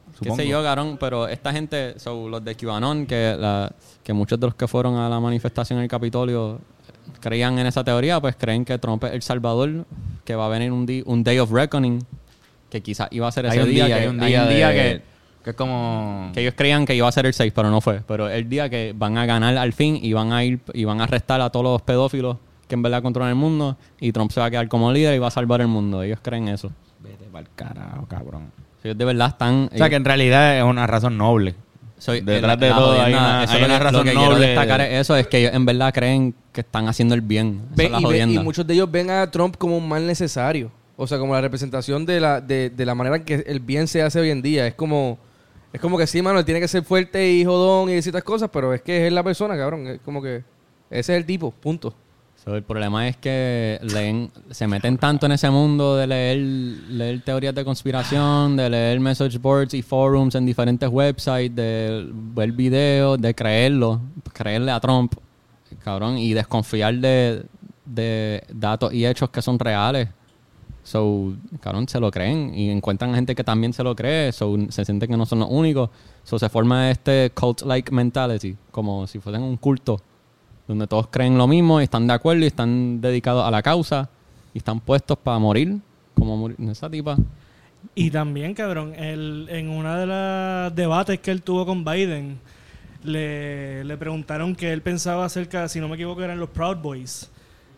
S2: qué
S1: Supongo.
S2: sé yo, cabrón, pero esta gente, son los de QAnon, que, la- que muchos de los que fueron a la manifestación en el Capitolio eh, creían en esa teoría, pues creen que Trump es el salvador, que va a venir un, di- un day of reckoning, que quizás iba a ser ese
S1: Hay un día,
S2: que,
S1: hay un día, de-
S2: que,
S1: que es como...
S2: que ellos creían que iba a ser el 6, pero no fue. Pero el día que van a ganar al fin y van a ir y van a arrestar a todos los pedófilos que en verdad controlan el mundo y Trump se va a quedar como líder y va a salvar el mundo. Ellos creen eso.
S1: Vete pa'l carajo, cabrón.
S2: Ellos de verdad están...
S1: O sea, que en realidad es una razón noble.
S2: Soy-
S1: Detrás
S2: el-
S1: de
S2: la
S1: todo hay
S2: jodienda-
S1: una-
S2: eso
S1: hay
S2: lo que-
S1: una razón
S2: lo que quiero
S1: noble.
S2: destacar es eso, es que ellos en verdad creen que están haciendo el bien. Esa
S4: Ve-
S2: es la
S4: y, ve-
S2: jodienda.
S4: y muchos de ellos ven a Trump como un mal necesario. O sea, como la representación de la, de, de la manera en que el bien se hace hoy en día. Es como, es como que sí, mano, él tiene que ser fuerte y jodón y ciertas cosas, pero es que es la persona, cabrón. Es como que ese es el tipo, punto.
S2: So, el problema es que leen, se meten tanto en ese mundo de leer, leer teorías de conspiración, de leer message boards y forums en diferentes websites, de ver videos, de creerlo, creerle a Trump, cabrón, y desconfiar de, de datos y hechos que son reales. So, cabrón, se lo creen y encuentran gente que también se lo cree. So, se sienten que no son los únicos. So, se forma este cult-like mentality, como si fuesen un culto, donde todos creen lo mismo y están de acuerdo y están dedicados a la causa y están puestos para morir, como muri- esa tipa.
S3: Y también, cabrón, él- en una de las debates que él tuvo con Biden, le, le preguntaron qué él pensaba acerca, si no me equivoco, eran los Proud Boys,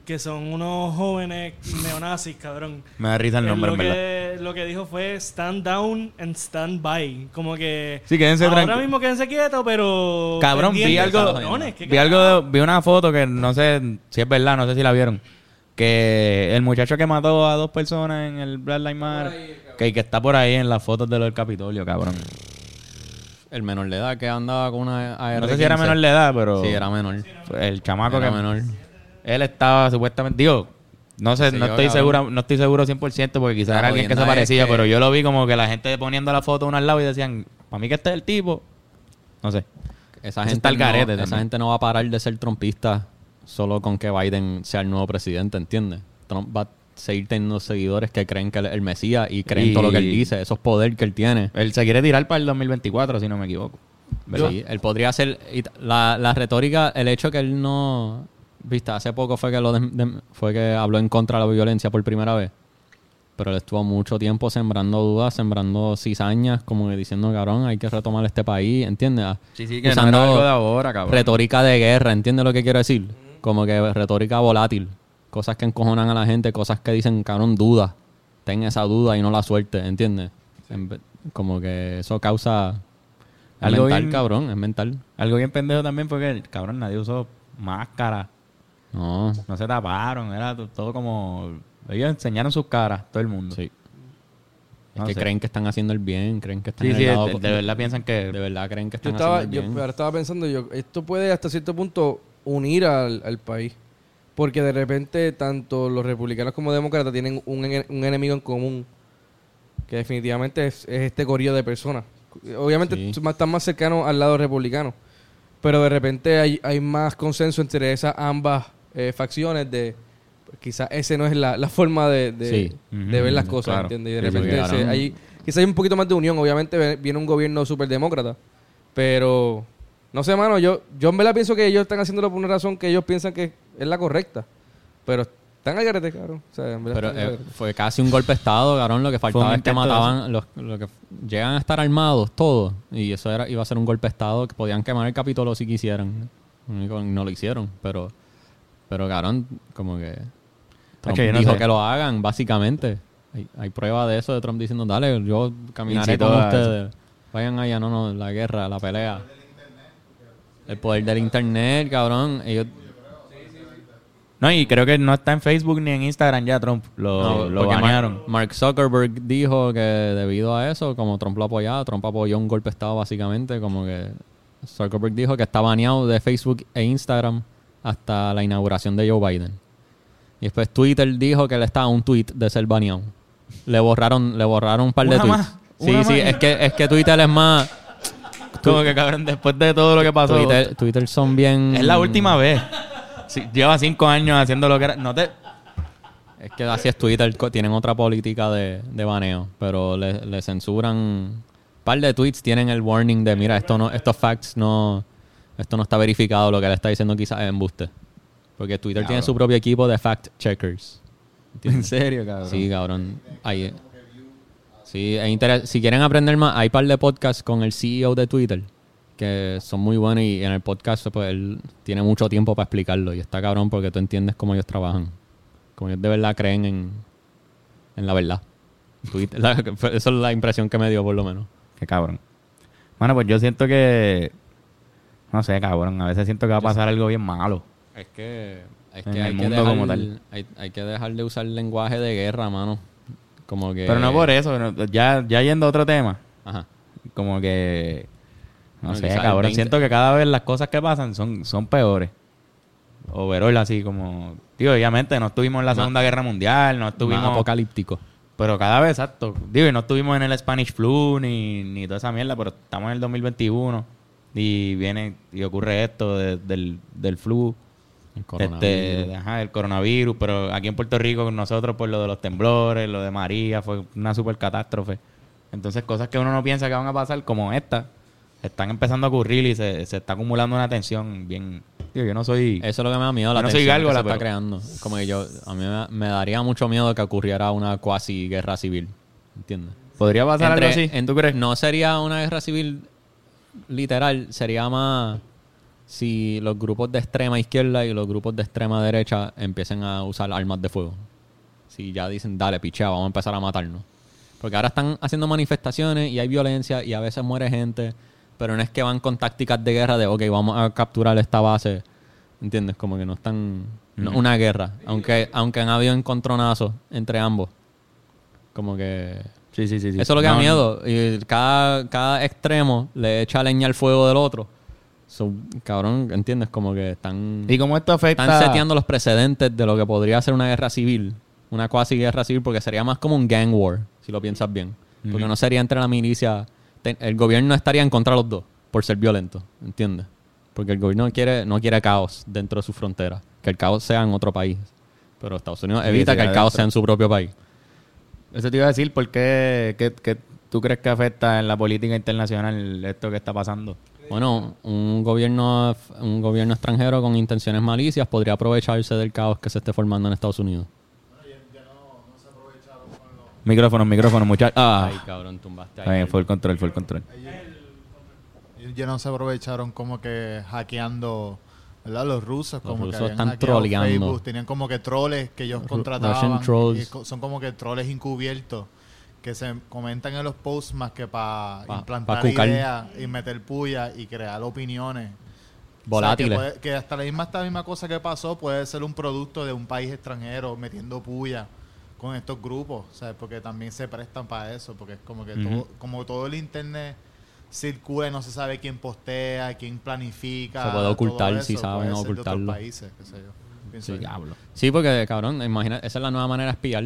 S3: que son unos jóvenes neonazis, cabrón.
S1: Me da risa el
S3: Él
S1: nombre,
S3: lo,
S1: en verdad.
S3: que, lo que dijo fue stand down and stand by. Como que.
S1: Sí, quédense
S3: Ahora
S1: tranqui-
S3: mismo quédense quietos, pero.
S1: Cabrón, vi
S3: pendientes,
S1: algo,
S3: cabrones, que-
S1: vi algo, vi una foto que no sé si es verdad, no sé si la vieron. Que el muchacho que mató a dos personas en el Black Lives Matter, que, que está por ahí en las fotos de lo del Capitolio, cabrón.
S2: El menor de edad que andaba con una AR-15.
S1: No sé si era menor de edad, Ah, pero
S2: Sí, era menor.
S1: el chamaco
S2: Era
S1: que
S2: menor.
S1: él estaba supuestamente, digo, no sé,
S2: Sí,
S1: no
S2: yo,
S1: estoy
S2: cabrón.
S1: seguro, no estoy seguro 100% porque quizás
S2: La
S1: era alguien que se
S2: jodienda es
S1: parecía,
S2: que-
S1: pero yo lo vi como que la gente poniendo la foto uno al lado y decían, para mí que este es el tipo. No sé.
S2: Esa
S1: Eso
S2: gente,
S1: está al garete
S2: no, esa
S1: también.
S2: gente no va a parar de ser trompista solo con que Biden sea el nuevo presidente, ¿entiendes? Trump va a seguir teniendo seguidores que creen que él es el Mesías y creen
S1: Y-
S2: todo lo que él dice, esos poderes que él tiene.
S1: Él se quiere tirar para el 2024, si no me equivoco. ¿Verdad?
S2: Sí, él podría ser y t- la, la retórica, el hecho que él no viste, hace poco fue que lo dem- dem- fue que habló en contra de la violencia por primera vez. Pero él estuvo mucho tiempo sembrando dudas, sembrando cizañas, como que diciendo, cabrón, hay que retomar este país, ¿entiendes?
S1: Sí, sí, que no era algo de ahora, cabrón.
S2: Retórica de guerra, ¿entiendes lo que quiero decir? Como que retórica volátil. Cosas que encojonan a la gente, cosas que dicen, cabrón, duda. Ten esa duda y no la suerte, ¿entiendes? En ve- Como que eso causa... es
S1: Algo
S2: mental,
S1: bien-
S2: cabrón, es mental.
S1: Algo bien pendejo también porque, cabrón, nadie usó máscara.
S2: No,
S1: No se taparon, era to- todo como... Ellos enseñaron sus caras, todo el mundo.
S2: sí.
S1: No
S2: es que
S1: sé.
S2: creen que están haciendo el bien, creen que están
S1: Ah, Sí,
S2: en
S1: sí,
S2: el
S1: de,
S2: lado-
S1: de verdad piensan que...
S2: de verdad creen que
S4: Yo
S2: están
S4: estaba,
S2: haciendo
S4: yo
S2: el bien.
S4: ahora estaba pensando, yo, esto puede hasta cierto punto unir al, al país. Porque de repente tanto los republicanos como demócratas tienen un, en- un enemigo en común. Que definitivamente es, es este corillo de personas. Obviamente
S2: Sí.
S4: son más- están más cercanos al lado republicano. Pero de repente hay, hay más consenso entre esas ambas eh, facciones de... Quizás ese no es la, la forma de, de-
S2: Sí.
S4: de ver las
S1: Ujú,
S4: cosas,
S1: claro.
S4: ¿entiendes? Y de
S2: Sí,
S4: repente
S2: porque,
S4: se-
S2: claro.
S4: hay, quizás hay un poquito más de unión. Obviamente ve- viene un gobierno superdemócrata. Pero, no sé, mano, yo, yo en verdad pienso que ellos están haciéndolo por una razón que ellos piensan que es la correcta. Pero están al garete, cabrón. O sea, en verdad
S2: Pero
S4: están al
S2: eh,
S4: garete.
S2: fue casi un golpe de estado, cabrón. Lo que faltaba es que
S1: intento de eso.
S2: mataban, los, lo que f- llegan a estar armados todos. Y eso era, iba a ser un golpe de estado que podían quemar el Capitolio si quisieran. Lo único que No lo hicieron, pero, pero cabrón, como que Trump
S1: que yo no
S2: dijo
S1: sé.
S2: que lo hagan, básicamente. Hay, hay prueba de eso de Trump diciendo, dale, yo caminaré
S1: Incitó
S2: con
S1: a eso.
S2: ustedes. Vayan allá, no, no, la guerra, la pelea. El poder del internet, cabrón. Ellos,
S1: No, y creo que no está en Facebook ni en Instagram ya Trump. Lo,
S2: No,
S1: lo
S2: porque Mar-
S1: banearon.
S2: Mark Zuckerberg dijo que debido a eso, como Trump lo apoyaba, Trump apoyó un golpe de Estado básicamente, como que Zuckerberg dijo que está baneado de Facebook e Instagram hasta la inauguración de Joe Biden. Y después Twitter dijo que él estaba a un tweet de ser baneado. Le borraron, le borraron un par de
S1: Una
S2: tweets.
S1: más,
S2: sí,
S1: una
S2: sí,
S1: más.
S2: es que, es que Twitter es más.
S1: <laughs> Como que, cabrón, después de todo lo que pasó...
S2: Twitter, Twitter son bien.
S1: Es la última vez. Sí, lleva cinco años haciendo lo que era. No te...
S2: Es que así es Twitter, co- tienen otra política de, de baneo, pero le, le censuran un par de tweets, tienen el warning de mira, esto no, estos facts no, esto no está verificado, lo que le está diciendo quizás es embuste. Porque Twitter tiene su propio equipo de fact checkers.
S1: En serio, cabrón.
S2: Sí, cabrón. Ahí es. Sí, es interes- si quieren aprender más, hay par de podcasts con el CEO de Twitter que son muy buenos y en el podcast pues él tiene mucho tiempo para explicarlo y está cabrón porque tú entiendes cómo ellos trabajan. Como ellos de verdad creen en, en la verdad. Twitter, la- <laughs> eso es la impresión que me dio por lo menos.
S1: Qué cabrón. Bueno, pues yo siento que. No sé, cabrón. A veces siento que va a pasar algo bien malo.
S2: Es que, es
S1: En
S2: que
S1: el
S2: hay, que
S1: mundo
S2: dejar,
S1: como tal.
S2: Hay, hay que dejar de usar lenguaje de guerra, mano. Como que...
S1: Pero no por eso. no- Ya, ya yendo a otro tema.
S2: Ajá.
S1: Como que. No
S2: No,
S1: sé,
S2: quizás el
S1: cabrón.
S2: 20.
S1: Siento que cada vez las cosas que pasan son, son peores. Overall, así como. Tío, obviamente no estuvimos en la
S2: Más-
S1: Segunda Guerra Mundial, no
S2: Más
S1: estuvimos.
S2: apocalíptico.
S1: Pero cada vez, exacto. Digo, y no estuvimos en el Spanish Flu ni, ni toda esa mierda, pero estamos en el 2021 y viene y ocurre esto de- del, del flu.
S2: El coronavirus.
S1: Este, ajá, el coronavirus, pero aquí en Puerto Rico con nosotros por lo de los temblores, lo de María, fue una super catástrofe. Entonces cosas que uno no piensa que van a pasar como esta, están empezando a ocurrir y se, se está acumulando una tensión bien... Tío, yo no soy...
S2: Eso es lo que me da miedo,
S1: Yo
S2: la
S1: no soy
S2: tensión que
S1: gárgola,
S2: se está
S1: pero-
S2: creando. Como que yo, a mí me, me daría mucho miedo que ocurriera una cuasi guerra civil, ¿entiendes?
S1: ¿Podría pasar
S2: Entre-
S1: algo así?
S2: en-
S1: ¿Tú crees?
S2: No sería una guerra civil literal, sería más si los grupos de extrema izquierda y los grupos de extrema derecha empiecen a usar armas de fuego. Si ya dicen, dale, pichea, vamos a empezar a matarnos. Porque ahora están haciendo manifestaciones y hay violencia y a veces muere gente, pero no es que van con tácticas de guerra de, ok, vamos a capturar esta base. ¿Entiendes? Como que no están... no, una guerra, aunque, aunque han habido encontronazos entre ambos. Como que
S1: Sí, sí, sí. sí.
S2: eso es lo que
S1: No,
S2: da miedo. Y cada, cada extremo le echa leña al fuego del otro. So, cabrón, ¿entiendes? Como que están,
S1: ¿Y cómo esto afecta...?
S2: están seteando los precedentes de lo que podría ser una guerra civil. Una cuasi guerra civil, porque sería más como un gang war, si lo piensas bien. Porque no sería entre la milicia. te- El gobierno estaría en contra de los dos, por ser violento, ¿entiendes? Porque el gobierno quiere, no quiere caos dentro de sus fronteras. Que el caos sea en otro país. Pero Estados Unidos
S1: Sí,
S2: evita
S1: sí,
S2: que el caos
S1: adentro.
S2: sea en su propio país.
S1: Eso te iba a decir, ¿por qué, qué- qué tú crees que afecta en la política internacional esto que está pasando?
S2: Bueno, un gobierno, un gobierno extranjero con intenciones malicias podría aprovecharse del caos que se esté formando en Estados Unidos.
S1: Micrófono, micrófono, muchachos. Ah,
S2: cabrón, tumbaste
S1: Está bien, fue el control, fue el control.
S8: Ellos no se aprovecharon como que hackeando, ¿verdad? Los rusos
S2: Los
S8: como
S2: rusos
S8: que habían
S2: están
S8: hackeado
S2: troleando.
S8: Facebook, tenían como que troles que ellos
S2: Ru-
S8: contrataban,
S2: Russian trolls.
S8: y co- son como que troles encubiertos que se comentan en los posts más que para
S2: Pa-
S8: implantar
S2: pa' cucar.
S8: ideas y meter puya y crear opiniones.
S2: Volátiles.
S8: O sea, que, puede- que hasta la misma, esta misma cosa que pasó puede ser un producto de un país extranjero metiendo puya con estos grupos, ¿sabes? Porque también se prestan para eso, porque es como que todo, como todo el internet circula y no se sabe quién postea, quién planifica.
S2: Se puede
S8: todo
S2: ocultar, si saben
S8: puede ser de otros
S2: ocultarlo.
S8: países, qué sé yo. Pienso yo.
S1: Diablo.
S2: Sí, porque cabrón, imagina, esa es la nueva manera de espiar.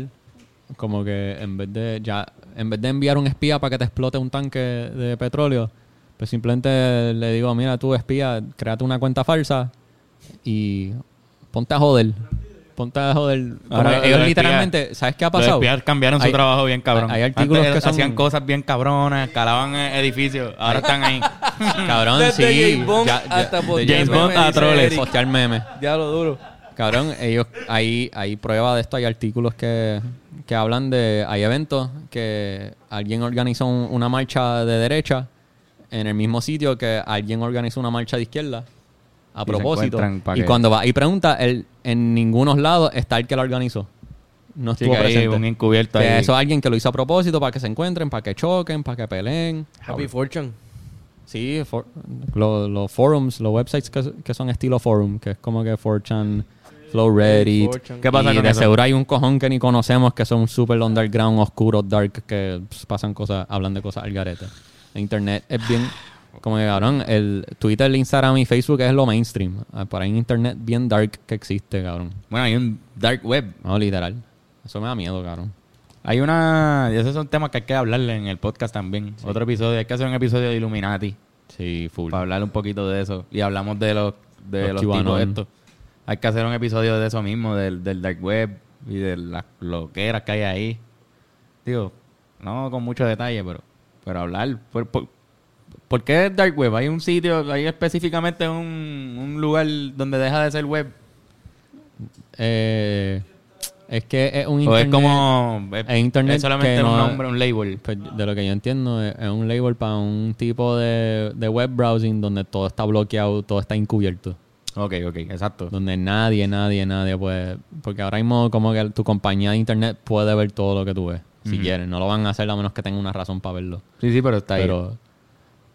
S2: Como que en vez de ya, en vez de enviar un espía para que te explote un tanque de petróleo, pues simplemente le digo, mira, tú espía, créate una cuenta falsa y ponte a joder. Ponte a joder. Como
S1: Ahora,
S2: que
S1: lo
S2: ellos
S1: de
S2: literalmente,
S1: espiar-
S2: ¿sabes qué ha
S1: Los
S2: pasado?
S1: espías cambiaron su
S2: Hay-
S1: trabajo bien cabrón.
S2: hay- hay artículos
S1: Antes
S2: que son-
S1: hacían cosas bien cabronas, calaban eh, edificios, ahora están
S2: <laughs>
S1: ahí.
S2: Cabrón,
S4: Desde
S2: sí.
S4: James Bond hasta
S2: de
S4: postear
S2: James
S1: memes,
S2: Bond a
S1: dice
S2: troles.
S1: Eric.
S2: Postear memes.
S4: Ya lo duro.
S2: Cabrón, ellos, hay, hay pruebas de esto, hay artículos que, que hablan de, hay eventos que alguien organizó un- una marcha de derecha en el mismo sitio que alguien organizó una marcha de izquierda a
S1: se
S2: propósito.
S1: encuentran pa'
S2: Y
S1: que-
S2: cuando va y pregunta, él, en ningunos lados está el que la organizó. No
S1: Sí,
S2: estuvo
S1: que hay
S2: presente.
S1: un encubierto
S2: Que
S1: ahí.
S2: Eso es alguien que lo hizo a propósito para que se encuentren, para que choquen, para que peleen.
S4: Happy Fortune.
S2: Sí, for- lo- los forums, los websites que, que son estilo forum, que es como que 4chan, Flow Reddit.
S4: 4chan.
S1: ¿Qué pasa
S2: y
S1: con
S2: de
S1: eso?
S2: seguro hay un cojón que ni conocemos que son super underground, oscuros, dark, que pues, pasan cosas, hablan de cosas al garete. En Internet es bien, como que cabrón, el Twitter, el Instagram y Facebook es lo mainstream. Ah, Por ahí en Internet bien dark que existe, cabrón.
S1: Bueno, hay un dark web.
S2: No, literal. Eso me da miedo, cabrón.
S1: Hay una... y Esos son temas que hay que hablarle en el podcast también. Otro episodio. Hay que hacer un episodio de Illuminati
S2: Sí, full.
S1: para hablar un poquito de eso. Y hablamos de los, de
S2: Los
S1: los, tipos
S2: QAnon.
S1: estos. Hay que hacer un episodio de eso mismo, del, del dark web y de las loqueras que hay ahí. Digo, no con mucho detalle, pero, pero hablar. Por, por- ¿por qué es dark web? Hay un sitio, hay específicamente un, un lugar donde deja de ser web.
S2: Eh, es que es un
S1: o es
S2: internet-
S1: como. Es,
S2: en internet
S1: es solamente
S2: que
S1: un
S2: no-
S1: nombre, un label.
S2: Pues, de lo que yo entiendo, es es un label para un tipo de, de web browsing donde todo está bloqueado, todo está encubierto.
S1: Ok, ok, exacto.
S2: Donde nadie, nadie, nadie puede. Porque ahora mismo, como que tu compañía de internet puede ver todo lo que tú ves. Si quieres, no lo van a hacer a menos que tenga una razón para verlo.
S1: Sí, sí, pero está ahí.
S2: Pero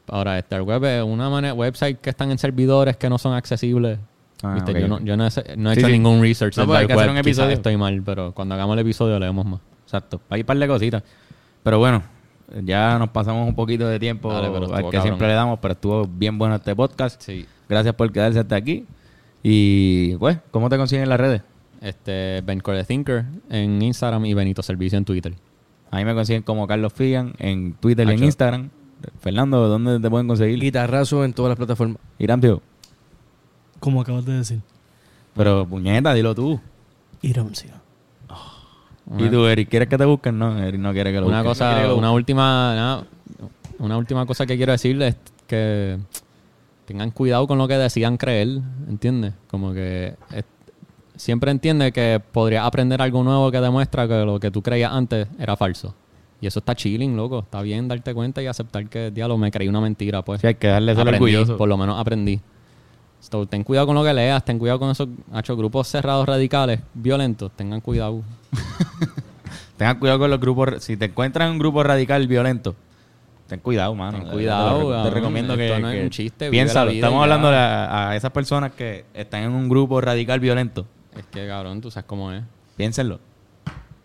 S2: ahora, Star Web es una manera, website que están en servidores que no son accesibles.
S1: Ah,
S2: Viste,
S1: ok,
S2: Yo, no,
S1: ok.
S2: yo no he, se- no he
S1: Sí,
S2: hecho
S1: sí.
S2: ningún research
S1: No,
S2: en
S1: pues hay
S2: dark
S1: que hacer
S2: web.
S1: un
S2: Quizás
S1: episodio.
S2: estoy mal, pero cuando hagamos el episodio leemos más.
S1: Exacto. Hay un par de cositas. Pero bueno, ya nos pasamos un poquito de tiempo
S2: Dale, pero estuvo
S1: al que
S2: cabrón. eh.
S1: siempre le damos, pero estuvo bien bueno este podcast.
S2: Sí.
S1: Gracias por quedarse hasta aquí. Y pues, ¿cómo te consiguen las redes?
S2: Este, Ben Core the Thinker en Instagram y Benito Servicio en Twitter.
S1: Ahí me consiguen como Carlos Figan en Twitter y en
S2: Hacho.
S1: Instagram. Fernando, ¿dónde te pueden conseguir?
S4: Guitarrazo en todas las plataformas.
S1: Irán, tío.
S3: Como acabas de decir.
S1: Pero puñeta, dilo tú.
S3: Ironcia.
S1: ¿Y tú, Eric, quieres que te busquen? No, Eric no quiere que lo
S2: una
S1: busquen.
S2: cosa, una última, nada, una última cosa que quiero decirles es que tengan cuidado con lo que decían creer, ¿entiendes? Como que es- siempre entiende que podrías aprender algo nuevo que demuestra que lo que tú creías antes era falso. Y eso está chilling, loco. Está bien darte cuenta y aceptar que, diablo, me creí una mentira, pues.
S1: Sí, hay que darle eso al
S2: Aprendí,
S1: orgulloso.
S2: Por lo menos aprendí. So, ten cuidado con lo que leas, ten cuidado con esos hacho, grupos cerrados radicales, violentos, tengan cuidado.
S1: Tengan cuidado con los grupos. Si te encuentras en un grupo radical violento, ten cuidado, mano.
S2: Ten
S1: Te-
S2: cuidado,
S1: Te,
S2: cabrón.
S1: recomiendo que.
S2: Esto no es
S1: que
S2: un chiste, vive
S1: Piénsalo.
S2: la vida
S1: Estamos
S2: y ya.
S1: hablando a, a esas personas que están en un grupo radical violento.
S2: Es que, cabrón, tú sabes cómo es.
S1: Piénsenlo.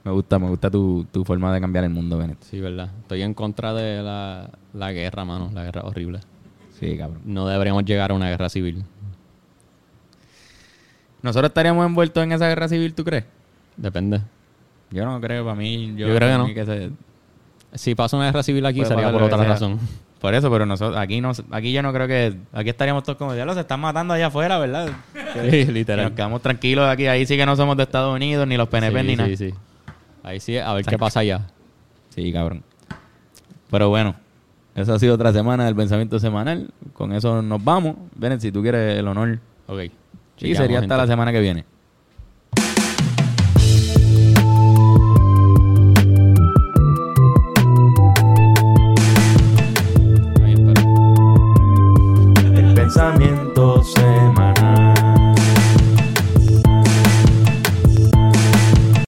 S1: Me gusta, me gusta tu, tu forma de cambiar el mundo, Benet.
S2: Sí, verdad. Estoy en contra de la, la guerra, mano. La guerra es horrible.
S1: Sí, cabrón.
S2: No deberíamos llegar a una guerra civil.
S1: ¿Nosotros estaríamos envueltos en esa guerra civil, tú crees?
S2: Depende.
S1: Yo no creo, para mí. Yo,
S2: Yo creo que
S1: para
S2: no.
S1: mí se-
S2: Si pasa una guerra civil aquí,
S1: Puede
S2: sería
S1: pasar
S2: por
S1: lo
S2: otra
S1: que sea.
S2: razón.
S1: Por eso, pero nosotros aquí no, aquí yo no creo que aquí estaríamos todos como diablos, se están matando allá afuera, ¿verdad?
S2: <laughs> Sí,
S1: Y nos
S2: literal.
S1: quedamos tranquilos aquí, ahí sí que no somos de Estados Unidos ni los PNP
S2: sí,
S1: ni nada.
S2: sí, sí. Ahí sí, a ver qué pasa allá.
S1: Sí, cabrón. Pero bueno, esa ha sido otra semana del pensamiento semanal. Con eso nos vamos. Ven, si tú quieres el honor.
S2: Ok.
S1: y
S2: Chequeamos,
S1: sería hasta
S2: gente.
S1: la semana que viene.